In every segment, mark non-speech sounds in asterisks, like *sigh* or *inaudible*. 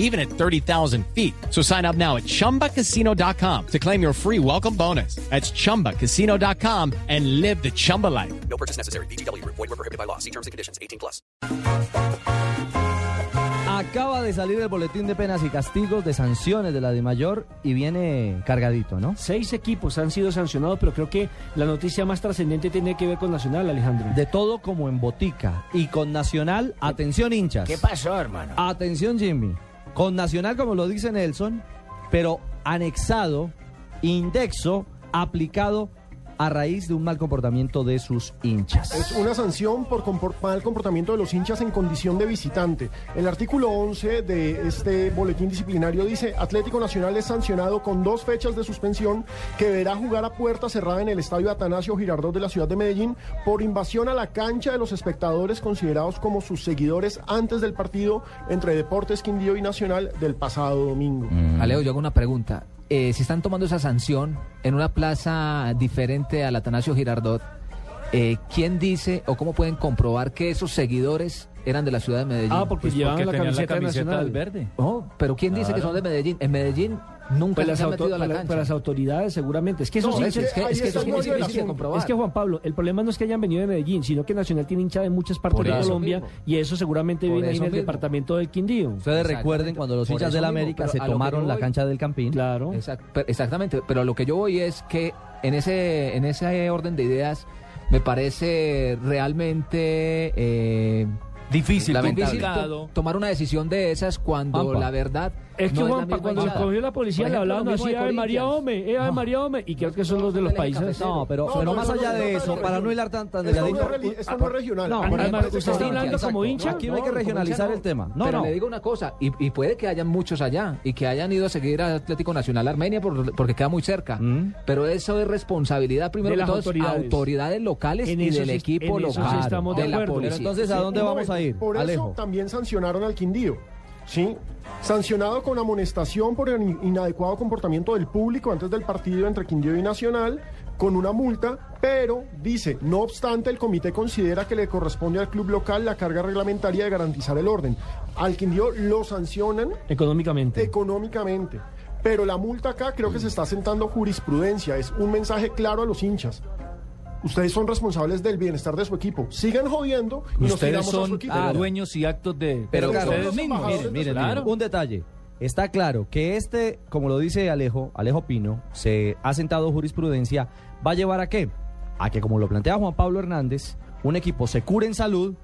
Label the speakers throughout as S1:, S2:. S1: even at 30,000 feet. So sign up now at ChumbaCasino.com to claim your free welcome bonus. That's ChumbaCasino.com and live the Chumba life.
S2: No purchase necessary. BGW. Void were prohibited by law. See terms and conditions. 18 plus.
S3: Acaba de salir el boletín de penas y castigos de sanciones de la de mayor y viene cargadito, ¿no?
S4: Seis equipos han sido sancionados, pero creo que la noticia más trascendente tiene que ver con Nacional, Alejandro.
S3: De todo como en botica y con Nacional, atención hinchas.
S5: ¿Qué pasó, hermano?
S3: Atención Jimmy, con Nacional como lo dice Nelson, pero anexado, indexo, aplicado a raíz de un mal comportamiento de sus hinchas.
S6: Es una sanción por compor- mal comportamiento de los hinchas en condición de visitante. El artículo 11 de este boletín disciplinario dice, Atlético Nacional es sancionado con dos fechas de suspensión que deberá jugar a puerta cerrada en el Estadio Atanasio Girardot de la ciudad de Medellín por invasión a la cancha de los espectadores considerados como sus seguidores antes del partido entre Deportes Quindío y Nacional del pasado domingo.
S3: Mm.
S7: Aleo, yo hago una pregunta. Eh, si están tomando esa sanción en una plaza diferente al Atanasio Girardot, eh, ¿quién dice o cómo pueden comprobar que esos seguidores eran de la ciudad de Medellín?
S4: Ah, porque llevaban la, camiseta de Nacional.
S8: verde.
S7: Oh, pero ¿quién dice que son de Medellín? En Medellín nunca
S4: Pues las,
S7: se han
S4: auto-
S7: metido a la
S4: para-
S7: cancha.
S4: para las autoridades, seguramente. Es que esos
S6: No,
S4: hinchas-
S7: es que-
S6: ahí
S7: es que eso
S6: está el
S7: sí
S6: meollo
S7: es
S6: del
S7: difícil de
S6: asunto.
S7: comprobar.
S4: Es que Juan Pablo, el problema no es que hayan venido de Medellín, sino que Nacional tiene hincha de muchas partes
S7: Por
S4: de
S7: eso
S4: Colombia
S7: mismo.
S4: y eso seguramente
S7: Por
S4: viene ahí en
S7: eso
S4: el
S7: mismo.
S4: departamento del Quindío.
S3: Ustedes
S7: Exactamente.
S3: recuerden cuando los
S7: Por
S3: hinchas
S7: eso
S3: del
S7: mismo,
S3: América
S7: pero
S3: se
S7: a lo que
S3: tomaron
S7: yo
S3: la
S7: voy-
S3: cancha del Campín.
S4: Claro.
S7: Exact- pe- exactamente, pero lo que yo voy es que en ese en ese orden de ideas me parece realmente eh,
S8: Difícil,
S7: lamentable
S8: complicado.
S7: to- tomar una decisión de esas cuando
S3: Juanpa.
S7: la verdad
S4: Es que
S7: no
S4: Juanpa,
S7: la misma
S4: cuando se
S7: hinchada.
S4: cogió la
S7: Por
S4: policía le
S7: ejemplo,
S4: hablaban
S7: lo mismo
S4: así,
S7: de
S4: Ave María
S7: Corinthians".
S4: Home, eh, Ave María Home, y creo que son los de los
S7: Pelea
S4: países.
S7: cafetero.
S3: No, pero,
S6: No,
S3: pero
S6: pero
S3: más
S6: eso
S3: allá
S6: no
S3: de
S6: es
S3: eso,
S6: regional.
S3: para no hilar tan tan
S6: Esto no
S3: delgadito.
S6: es regi- esto no es regional.
S3: Ah, No,
S6: A mí me
S3: además,
S6: parece
S4: usted
S6: que está
S4: está hablando
S6: bien.
S4: como hincha.
S3: Aquí no hay que
S4: No, como
S3: regionalizar
S4: hincha
S3: el tema. No,
S7: pero
S3: no.
S7: le digo una cosa, y, y puede que hayan muchos allá, y que hayan ido a seguir a Atlético Nacional Armenia por- porque queda muy cerca.
S3: Mm.
S7: Pero eso es responsabilidad primero
S4: De
S7: que
S4: las
S7: todo
S4: autoridades.
S7: autoridades. locales
S4: En
S7: y
S4: eso
S7: del
S4: sí-
S7: equipo
S4: en eso sí
S7: local,
S4: estamos de
S7: de, la
S4: acuerdo.
S7: policía.
S3: Pero entonces, ¿a dónde
S6: Un
S3: vamos a
S6: momento,
S3: ir?
S6: eh, Por
S3: Alejo.
S6: eso también sancionaron al Quindío. ¿Sí? Sancionado con amonestación por el in- inadecuado comportamiento del público antes del partido entre Quindío y Nacional, con una multa, pero dice, no obstante, el comité considera que le corresponde al club local la carga reglamentaria de garantizar el orden. Al Quindío lo sancionan
S4: Económicamente.
S6: económicamente. Pero la multa acá creo que se está sentando jurisprudencia, es un mensaje claro a los hinchas. Ustedes son responsables del bienestar de su equipo. Sigan jodiendo y nos
S8: Ustedes
S6: tiramos a su
S8: son
S6: equipo.
S4: ah,
S3: Claro.
S8: dueños y actos de...
S3: Pero
S8: de
S3: claro,
S6: son
S8: ustedes
S6: los
S8: mismos.
S6: embajadores
S8: Miren,
S6: de
S8: miren,
S6: su
S8: claro.
S3: Un detalle. Está claro que este, como lo dice Alejo, Alejo Pino, se ha sentado jurisprudencia, va a llevar a qué? A que, como lo plantea Juan Pablo Hernández, un equipo se cure en salud,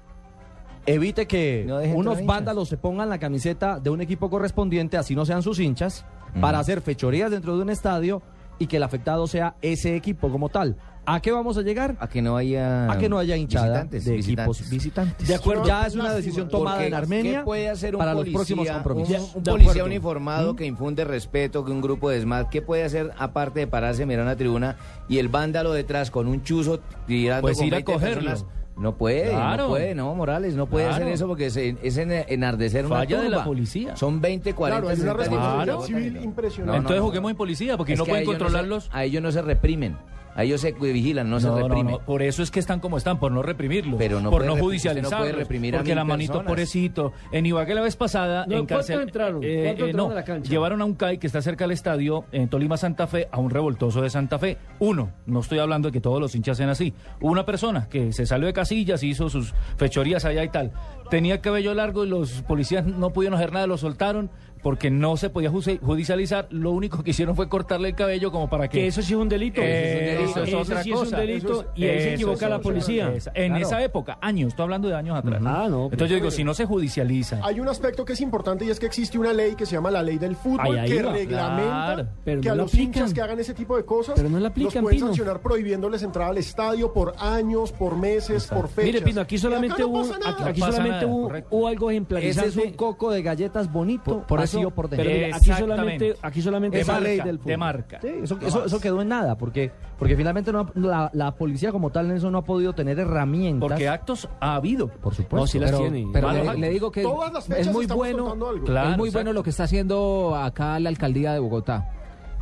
S3: evite que
S5: No deje entrar
S3: unos
S5: hinchas.
S3: vándalos se pongan la camiseta de un equipo correspondiente, así no sean sus hinchas, para hacer fechorías dentro de un estadio y que el afectado sea ese equipo como tal. ¿A qué vamos a llegar?
S5: A que no haya...
S3: A que no haya hinchada
S5: visitantes,
S3: de
S5: visitantes.
S3: equipos visitantes.
S4: De acuerdo.
S3: Ya es una
S6: Lástima.
S3: decisión
S5: Porque,
S3: tomada en
S5: ¿qué
S3: Armenia
S5: puede hacer un
S3: para
S5: policía,
S3: los próximos compromisos.
S5: Un, un
S4: De
S5: policía
S4: acuerdo.
S5: uniformado
S8: ¿Mm?
S5: que infunde respeto, que un grupo de SMAT, ¿qué puede hacer aparte de pararse, mirar una tribuna y el vándalo detrás con un chuzo tirando
S8: Pues
S5: con
S8: ir a
S5: 20
S8: cogerlo.
S5: personas? No puede,
S8: Claro.
S5: no puede, no, Morales, no puede
S8: Claro.
S5: hacer eso porque se- es en- enardecer una
S8: Falla de la
S5: turba.
S8: policía.
S5: Son 20, 40,
S6: Claro, hay una
S5: 60
S6: responsabilidad
S5: niños.
S6: civil impresionante.
S8: Entonces
S5: no, no.
S8: juguemos en policía, porque
S5: Es
S8: no
S5: que
S8: pueden
S5: a ellos no se-
S8: controlarlos.
S5: a ellos no se reprimen, a ellos se vigilan, no, se
S8: No, no,
S5: reprimen.
S8: no, por eso es que están como están, por no reprimirlos,
S5: Pero no
S8: por
S5: puede
S8: no
S5: reprimir-
S8: judicializarlos,
S5: usted no puede reprimir a
S8: porque
S5: mil
S8: la manito
S5: personas.
S8: pobrecito. En Ibagué la vez pasada,
S4: No,
S8: en
S4: ¿cuántos
S8: cárcel,
S4: entraron?
S8: eh,
S4: ¿Cuántos
S8: eh,
S4: entraron
S8: no,
S4: a la cancha?
S8: llevaron a un CAI que está cerca del estadio en Tolima Santa Fe a un revoltoso de Santa Fe. Uno, no estoy hablando de que todos los hinchas sean así. Una persona que se salió de casillas, hizo sus fechorías allá y tal. Tenía cabello largo y los policías no pudieron hacer nada, lo soltaron porque no se podía juce- judicializar. Lo único que hicieron fue cortarle el cabello como para que
S4: Que eso sí es un delito.
S8: Eh,
S4: Eso
S8: eso es otra
S4: sí es un
S8: cosa.
S4: delito y ahí se
S8: Eso
S4: equivoca
S8: es
S4: la
S8: otra
S4: policía.
S8: cosa. En esa época, años, estoy hablando de años atrás.
S4: Ah, no,
S8: Entonces yo digo,
S5: pues.
S8: si no se judicializa,
S6: Hay un aspecto que es importante y es que existe una ley que se llama la ley del fútbol
S4: Ay, ahí
S6: que
S4: va.
S6: reglamenta
S8: Claro,
S4: pero
S6: que
S4: no
S6: a
S4: la
S6: los
S4: aplican.
S6: hinchas que hagan ese tipo de cosas
S4: Pero no la aplican,
S6: los pueden
S4: Pino.
S6: sancionar prohibiéndoles entrar al estadio por años, por meses, por fechas.
S4: Mire, Pino,
S6: Y
S4: aquí
S6: acá
S4: solamente
S6: no
S4: hubo,
S6: pasa nada.
S4: aquí
S8: No pasa
S4: solamente solamente
S8: nada,
S4: hubo,
S8: correcto.
S4: hubo algo ejemplarizante.
S3: Ese es un coco de galletas bonito,
S7: Por- por
S3: vacío
S7: eso-
S3: por
S4: Pero
S3: dentro.
S4: mire, aquí solamente,
S8: Exactamente.
S4: aquí solamente
S8: De
S4: esa
S8: marca,
S4: ley del
S8: de
S4: fútbol.
S8: marca.
S3: Sí, eso, eso- eso quedó en nada, porque, porque finalmente no ha- la, la policía como tal, Nelson, no ha podido tener herramientas.
S8: Porque actos ha habido.
S3: por supuesto.
S4: No, sí las
S7: Pero,
S4: tiene.
S7: pero
S8: Malos
S7: le,
S8: actos.
S7: le digo que es-
S6: Todas las
S7: es
S6: fechas
S7: muy
S6: estamos
S7: bueno,
S6: contando algo.
S8: Claro,
S7: es muy bueno
S8: exacto.
S7: lo que está haciendo acá la alcaldía de Bogotá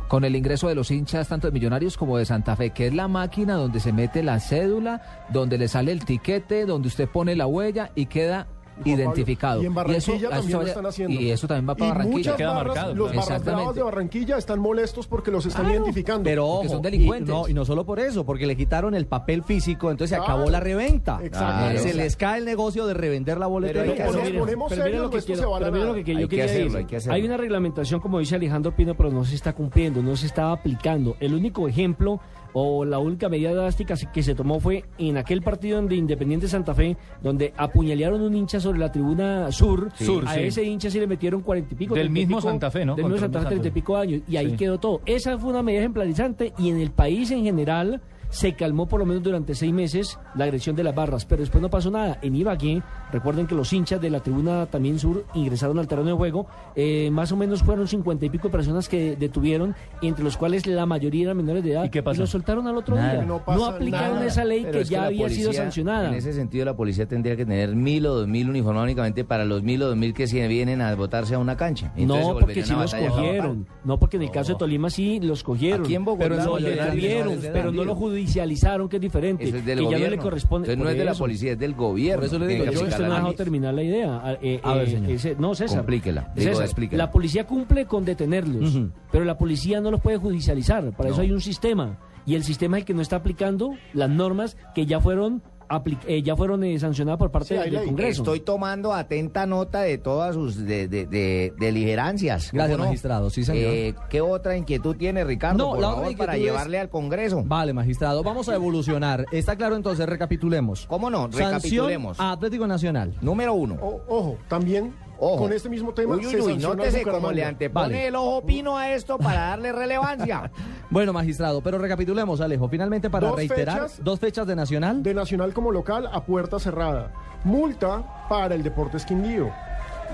S7: con el ingreso de los hinchas tanto de Millonarios como de Santa Fe, que es la máquina donde se mete la cédula, donde le sale el tiquete, donde usted pone la huella y queda
S6: Juan
S7: identificado.
S6: Pablo. Y en Barranquilla también lo
S7: vaya-
S6: están haciendo.
S7: y eso también va para
S6: Y
S7: Barranquilla.
S6: muchas
S8: queda
S6: barras,
S8: marcado,
S6: Los
S8: claro.
S6: barras bravas
S7: Exactamente.
S6: de Barranquilla están molestos porque los están identificando.
S3: Pero ojo,
S7: Porque son
S3: y
S7: delincuentes.
S3: no- Y no, solo por eso, porque le quitaron el papel físico, entonces se
S6: Claro.
S3: acabó la reventa.
S6: Exacto.
S3: Se
S5: Claro.
S3: les cae el negocio de revender la
S6: Pero
S3: boletería.
S6: hay que hacer-
S3: Eso-
S6: Nos ponemos
S4: pero mira
S6: serios,
S4: lo que
S6: esto
S4: quiero-
S6: se va a la
S4: pero mira
S6: nada.
S4: lo que yo
S5: Hay que
S4: quería
S5: hacerlo,
S4: decir.
S5: hay que hacerlo.
S4: Hay una reglamentación, como dice Alejandro Pino, pero no se está cumpliendo, no se está aplicando. El único ejemplo o la única medida drástica que se tomó fue en aquel partido de Independiente Santa Fe, donde apuñalearon un hincha sobre la tribuna sur.
S8: Sur,
S4: a
S8: sí.
S4: ese hincha se le metieron cuarenta y pico.
S8: Del
S4: 30 y
S8: mismo
S4: pico-
S8: Santa Fe, ¿no?
S4: Del mismo
S8: Contra
S4: Santa
S8: el
S4: Fe,
S8: mismo
S4: treinta y
S8: Santa
S4: pico
S8: Fe.
S4: años. Y ahí
S8: Sí.
S4: quedó todo. Esa fue una medida ejemplarizante y en el país en general se calmó por lo menos durante seis meses la agresión de las barras, pero después no pasó nada. En Ibagué, recuerden que los hinchas de la tribuna también sur ingresaron al terreno de juego, eh, más o menos fueron cincuenta y pico de personas que detuvieron, entre los cuales la mayoría eran menores de edad,
S8: ¿Y qué pasó?
S4: los soltaron al otro
S8: Nada.
S4: día.
S6: No
S4: No,
S6: pasa
S4: aplicaron
S6: nada.
S4: esa ley
S5: Pero
S4: que
S5: es
S4: ya
S5: la
S4: había sido
S5: policía,
S4: sancionada.
S5: En ese sentido, la policía tendría que tener mil o dos mil uniformados únicamente para los mil o dos mil que se vienen a botarse a una cancha. Entonces se
S4: No,
S5: volvería
S4: porque
S5: una
S4: sí los
S5: batalla campal.
S4: cogieron. No, porque en el caso de Tolima sí los cogieron.
S5: Aquí en Bogotá
S4: pero
S5: los
S4: lo
S5: cogieron
S4: detuvieron,
S5: menores de edad.
S4: pero no lo judicializaron, que es diferente.
S5: Eso es del
S4: que
S5: gobierno.
S4: ya no le corresponde.
S5: Entonces no
S4: por
S5: es de la
S4: eso.
S5: policía, es del gobierno.
S3: Por eso le
S5: Tiene
S3: digo,
S5: que
S3: yo
S4: Yo
S5: aplicar
S4: usted
S5: la
S4: no ha
S5: ley.
S4: dejado terminar la idea. Ah, eh,
S3: A ver,
S4: eh,
S3: señor.
S4: ese- no, César.
S5: Complíquela. Digo,
S4: César,
S5: explíquela.
S4: la policía cumple con detenerlos,
S3: Ujú.
S4: pero la policía no los puede judicializar. Para
S5: No.
S4: eso hay un sistema. Y el sistema es el que no está aplicando las normas que ya fueron apli- eh, ya fueron eh, sancionadas por parte
S6: Sí, hay
S4: del
S6: ley.
S4: Congreso.
S5: Estoy tomando atenta nota de todas sus de, de, de- deliberancias. ¿cómo
S3: Gracias, magistrado. Sí, señor.
S5: Eh, ¿Qué otra inquietud tiene Ricardo?
S3: No,
S5: por
S3: la otra
S5: favor, para
S3: inquietud es-
S5: llevarle al Congreso.
S3: Vale, magistrado, vamos a evolucionar. Está claro entonces, recapitulemos.
S5: ¿Cómo no? Recapitulemos.
S3: Sanción a Atlético Nacional.
S5: Número uno.
S6: O- ojo, también
S5: Ojo.
S6: con este mismo tema
S5: Uy, uy,
S6: se
S5: uy,
S6: sanciona a
S5: nótese cómo
S6: Bucaramanga.
S5: le antepone
S3: Vale.
S5: el ojo pino a esto para darle relevancia.
S3: Bueno, magistrado, pero recapitulemos, Alejo. Finalmente, para
S6: Dos
S3: reiterar,
S6: fechas-
S3: dos fechas de Nacional.
S6: de Nacional como local a puerta cerrada. Multa para el Deportes Quindío.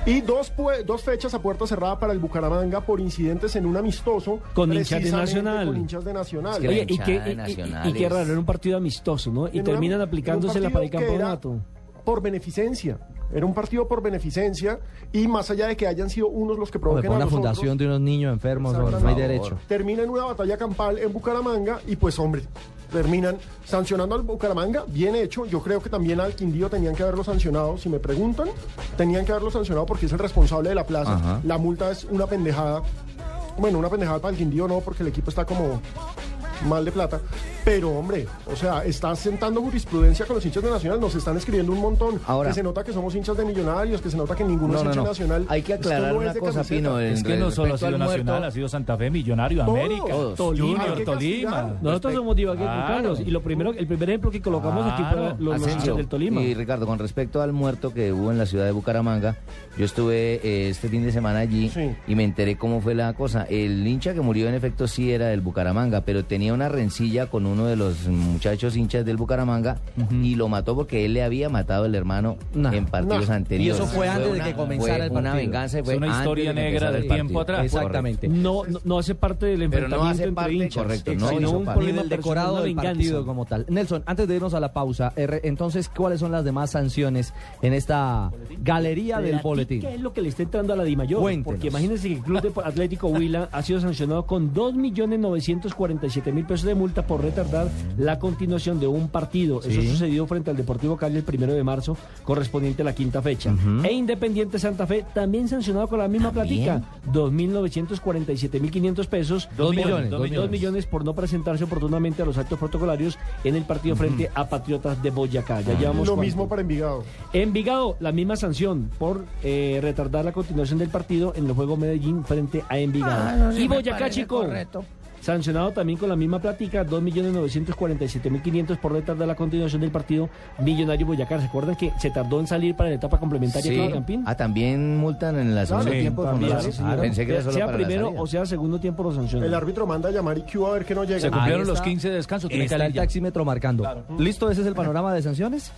S6: Y dos, pue- dos fechas a puerta cerrada para el Bucaramanga por incidentes en un amistoso.
S4: Con hinchas de
S6: precisamente
S4: Nacional.
S6: Con hinchas de Nacional.
S5: Es que la
S4: Oye, y
S5: hinchada
S4: qué,
S5: de
S4: y- y-
S5: Nacionales.
S4: y qué raro, era un partido amistoso, ¿no? Y
S6: En
S4: terminan
S6: una- en
S4: aplicándosela
S6: un
S4: para el
S6: partido que era
S4: campeonato.
S6: Por beneficencia. Era un partido por beneficencia y más allá de que hayan sido unos los que
S3: Hombre,
S6: provoquen
S3: por
S6: a
S3: una
S6: los
S3: fundación de
S6: otros,
S3: unos niños enfermos, hombre, no hay
S6: Exactamente.
S3: derecho.
S6: termina en una batalla campal en Bucaramanga y pues hombre, terminan sancionando al Bucaramanga, bien hecho, yo creo que también al Quindío tenían que haberlo sancionado, si me preguntan, tenían que haberlo sancionado porque es el responsable de la plaza,
S5: Ajá.
S6: la multa es una pendejada, bueno, una pendejada para el Quindío no, porque el equipo está como mal de plata, pero hombre, o sea, está sentando jurisprudencia con los hinchas de Nacional, nos están escribiendo un montón,
S5: Ahora-
S6: que se nota que somos hinchas de millonarios, que se nota que ninguno es hincha de Nacional,
S5: Hay que
S6: Esto
S5: aclarar
S6: no es
S5: una
S6: de
S5: cosa,
S6: camiseta.
S5: Pino. eh. en
S8: Es *laughs* que no solo ha
S5: respecto al
S8: sido Nacional,
S5: muerto,
S8: ha sido Santa Fe, Millonario,
S6: Todos.
S8: América,
S5: Todos.
S6: Hay que
S8: Junior, Tolima.
S6: castigar.
S4: Nosotros somos de Ibagué,
S8: Claro.
S4: claros. Y lo primero, el primer ejemplo que colocamos aquí
S8: Claro.
S4: fue los, los
S5: Asensio,
S4: hinchas del Tolima.
S5: Ah, Y Ricardo, con respecto al muerto que hubo en la ciudad de Bucaramanga, yo estuve eh, este fin de semana allí
S6: Sí.
S5: y me enteré cómo fue la cosa. El hincha que murió en efecto sí era del Bucaramanga, pero tenía una rencilla con uno de los muchachos hinchas del Bucaramanga y lo mató porque él le había matado el hermano
S3: Nah.
S5: en partidos
S6: Nah.
S5: anteriores.
S3: Y eso fue antes de que comenzara
S5: fue
S3: el
S5: Una
S3: partido.
S5: venganza y fue
S8: Es una
S5: antes
S8: historia
S5: de que
S8: negra
S5: empezara
S8: del
S5: el partido.
S8: tiempo atrás.
S3: Exactamente.
S4: No, no, no hace parte del
S5: Pero
S4: enfrentamiento
S5: no hace
S4: entre
S5: parte,
S4: hinchas.
S5: correcto,
S4: Ex-
S5: no
S4: sino
S5: hizo
S4: un
S5: parte.
S3: Ni
S4: problema
S3: del
S4: personal,
S3: decorado
S4: una
S3: del
S4: venganza.
S3: partido como tal. Nelson, antes de irnos a la pausa, R, entonces, ¿cuáles son las demás sanciones en esta galería del
S4: Platica
S3: boletín?
S4: es lo que le está entrando a la DIMAYOR?
S3: Cuéntenos.
S4: Porque imagínense que el Club de Atlético Huila ha sido sancionado con 2.947.000 pesos de multa por retardar la continuación de un partido. Eso sucedió frente al Deportivo Cali el primero de marzo, correspondiente a la quinta fecha. E Independiente Santa Fe también sancionado con la misma platica, 2.947.500 pesos.
S8: Dos
S4: por-
S8: millones, dos
S4: dos
S8: millones.
S4: millones por no presentarse oportunamente a los actos protocolarios en el partido frente a Patriotas de Boyacá.
S8: Ah.
S4: Ya llevamos
S6: Lo
S4: cuánto?
S6: mismo para Envigado.
S4: Envigado, la misma sanción por eh, retardar la continuación del partido en el juego Medellín frente a Envigado. y Boyacá, chico. Sancionado también con la misma plática, 2.947.500 por retardar la continuación del partido Millonario Boyacá. ¿Se acuerdan que se tardó en salir para la etapa complementaria
S5: Sí.
S4: con el Campín?
S5: Ah, también multan en la segunda
S6: Claro, sí,
S5: tiempo.
S6: también,
S5: Fernando?
S6: sí, señor.
S5: Pensé que era solo
S4: sea
S5: para la
S4: primero
S5: salida.
S4: o sea segundo tiempo lo sancionan.
S6: El árbitro manda a llamar IQ a ver que no llega.
S8: Se cumplieron
S3: Ahí
S8: los
S3: está.
S8: 15 de descanso. tiene que
S3: Está
S8: salir
S3: el
S8: ya.
S3: taxímetro marcando. ¿Listo? ¿Ese es el panorama de sanciones?